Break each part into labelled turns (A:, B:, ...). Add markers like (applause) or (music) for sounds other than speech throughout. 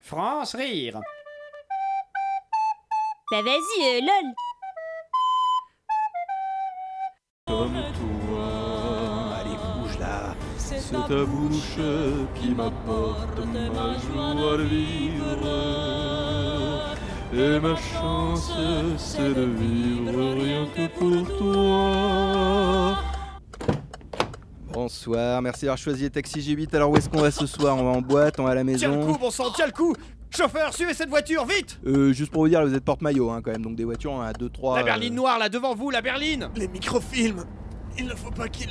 A: France rire.
B: Bah vas-y, euh, lol.
C: Comme toi,
D: Allez, bouge là.
C: c'est ta bouche qui m'apporte ma joie à vivre. Et ma chance, c'est de vivre rien que pour toi.
D: Bonsoir, merci d'avoir choisi les taxis G8. Alors où est-ce qu'on va ce soir On va en boîte, on va à la
A: Tiens le coup,
D: maison.
A: bon sang, tiens le coup Chauffeur, suivez cette voiture, vite
D: Euh, juste pour vous dire, là, vous êtes porte-maillot hein, quand même, donc des voitures, on en a 2, 3.
A: La berline noire, là, devant vous, la berline
E: Les microfilms Il ne faut pas qu'il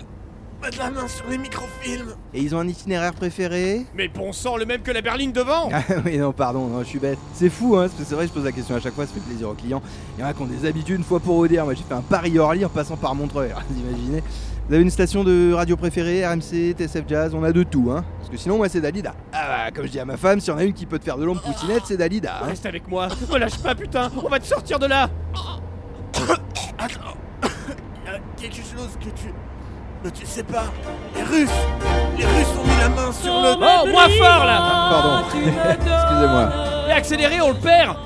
E: mette la main sur les microfilms
D: Et ils ont un itinéraire préféré (laughs)
A: Mais bon sang, le même que la berline devant
D: Ah oui, non, pardon, non, je suis bête. C'est fou, hein, parce que c'est vrai, je pose la question à chaque fois, ça fait plaisir aux clients. Il y en a qui ont des habitudes, une fois pour vous dire. Moi, j'ai fait un Paris-Orly en passant par Montreuil, (laughs) alors, vous imaginez. Vous avez une station de radio préférée, RMC, TSF Jazz, on a de tout, hein. Parce que sinon, moi, c'est Dalida. Ah, bah, comme je dis à ma femme, si on a une qui peut te faire de l'ombre poussinette, c'est Dalida. hein.
A: Reste avec moi, me lâche pas, putain On va te sortir de là
E: (coughs) Attends (coughs) Il y a quelque chose que tu... Mais tu sais pas Les Russes Les Russes ont mis la main sur le...
A: Oh, moins fort, là
D: Pardon, (laughs) excusez-moi.
A: Et accéléré, on le perd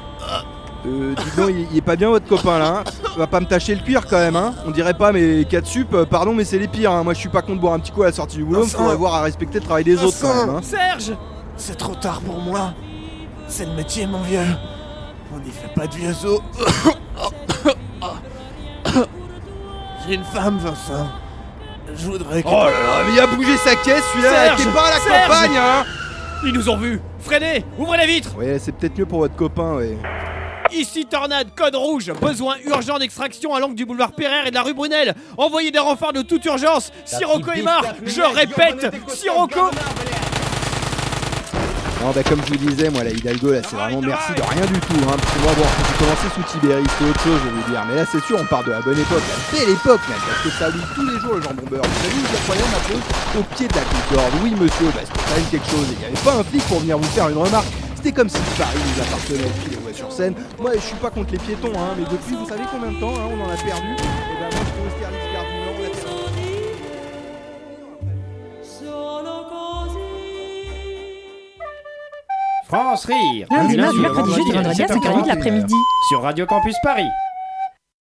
D: Euh, dis donc, il, il est pas bien votre copain là. Hein. Va pas me tâcher le cuir quand même. Hein. On dirait pas, mais 4 sup, euh, pardon, mais c'est les pires. Hein. Moi, je suis pas contre boire un petit coup à la sortie du boulot. mais Faut
E: Vincent.
D: avoir à respecter le travail des autres quand
E: Vincent.
D: même. Hein.
A: Serge
E: C'est trop tard pour moi C'est le métier, mon vieux On n'y fait pas de vieux os (coughs) J'ai une femme, Vincent Je voudrais que...
D: Oh là là, mais il a bougé sa caisse celui-là.
A: Serge,
D: T'es pas à la
A: Serge.
D: campagne, hein.
A: Ils nous ont vus Freinez Ouvrez la vitre
D: Ouais, c'est peut-être mieux pour votre copain, ouais.
A: Ici Tornade, code rouge Besoin urgent d'extraction à l'angle du boulevard Pereire et de la rue Brunel Envoyez des renforts de toute urgence Sirocco est marre Je répète Sirocco
D: Non, bah, comme je vous disais, moi, la Hidalgo, là, c'est vraiment merci de rien du tout. Hein. Parce que moi, bon, quand j'ai commencé sous Tibéris, c'est autre chose, je vais vous dire. Mais là, c'est sûr, on part de la bonne époque, la belle époque, même. Parce que ça oui, tous les jours le jambon beurre. Vous savez où je le croyais, ma pause Au pied de la Concorde. Oui, monsieur, bah, c'était quand même quelque chose. Il n'y avait pas un flic pour venir vous faire une remarque. C'était comme si Paris nous appartenait au pied voit sur scène. Moi, je suis pas contre les piétons, hein. Mais depuis, vous savez combien de temps, hein, on en a perdu Et ben, moi, je suis au Sterlitz Gardien, on a perdu.
A: France rire
F: Lundi,
D: Lundi,
F: mardi, mercredi,
D: vendredi,
F: jeudi, vendredi à 5h30 de
D: 7h40,
F: l'après-midi.
A: Sur Radio Campus Paris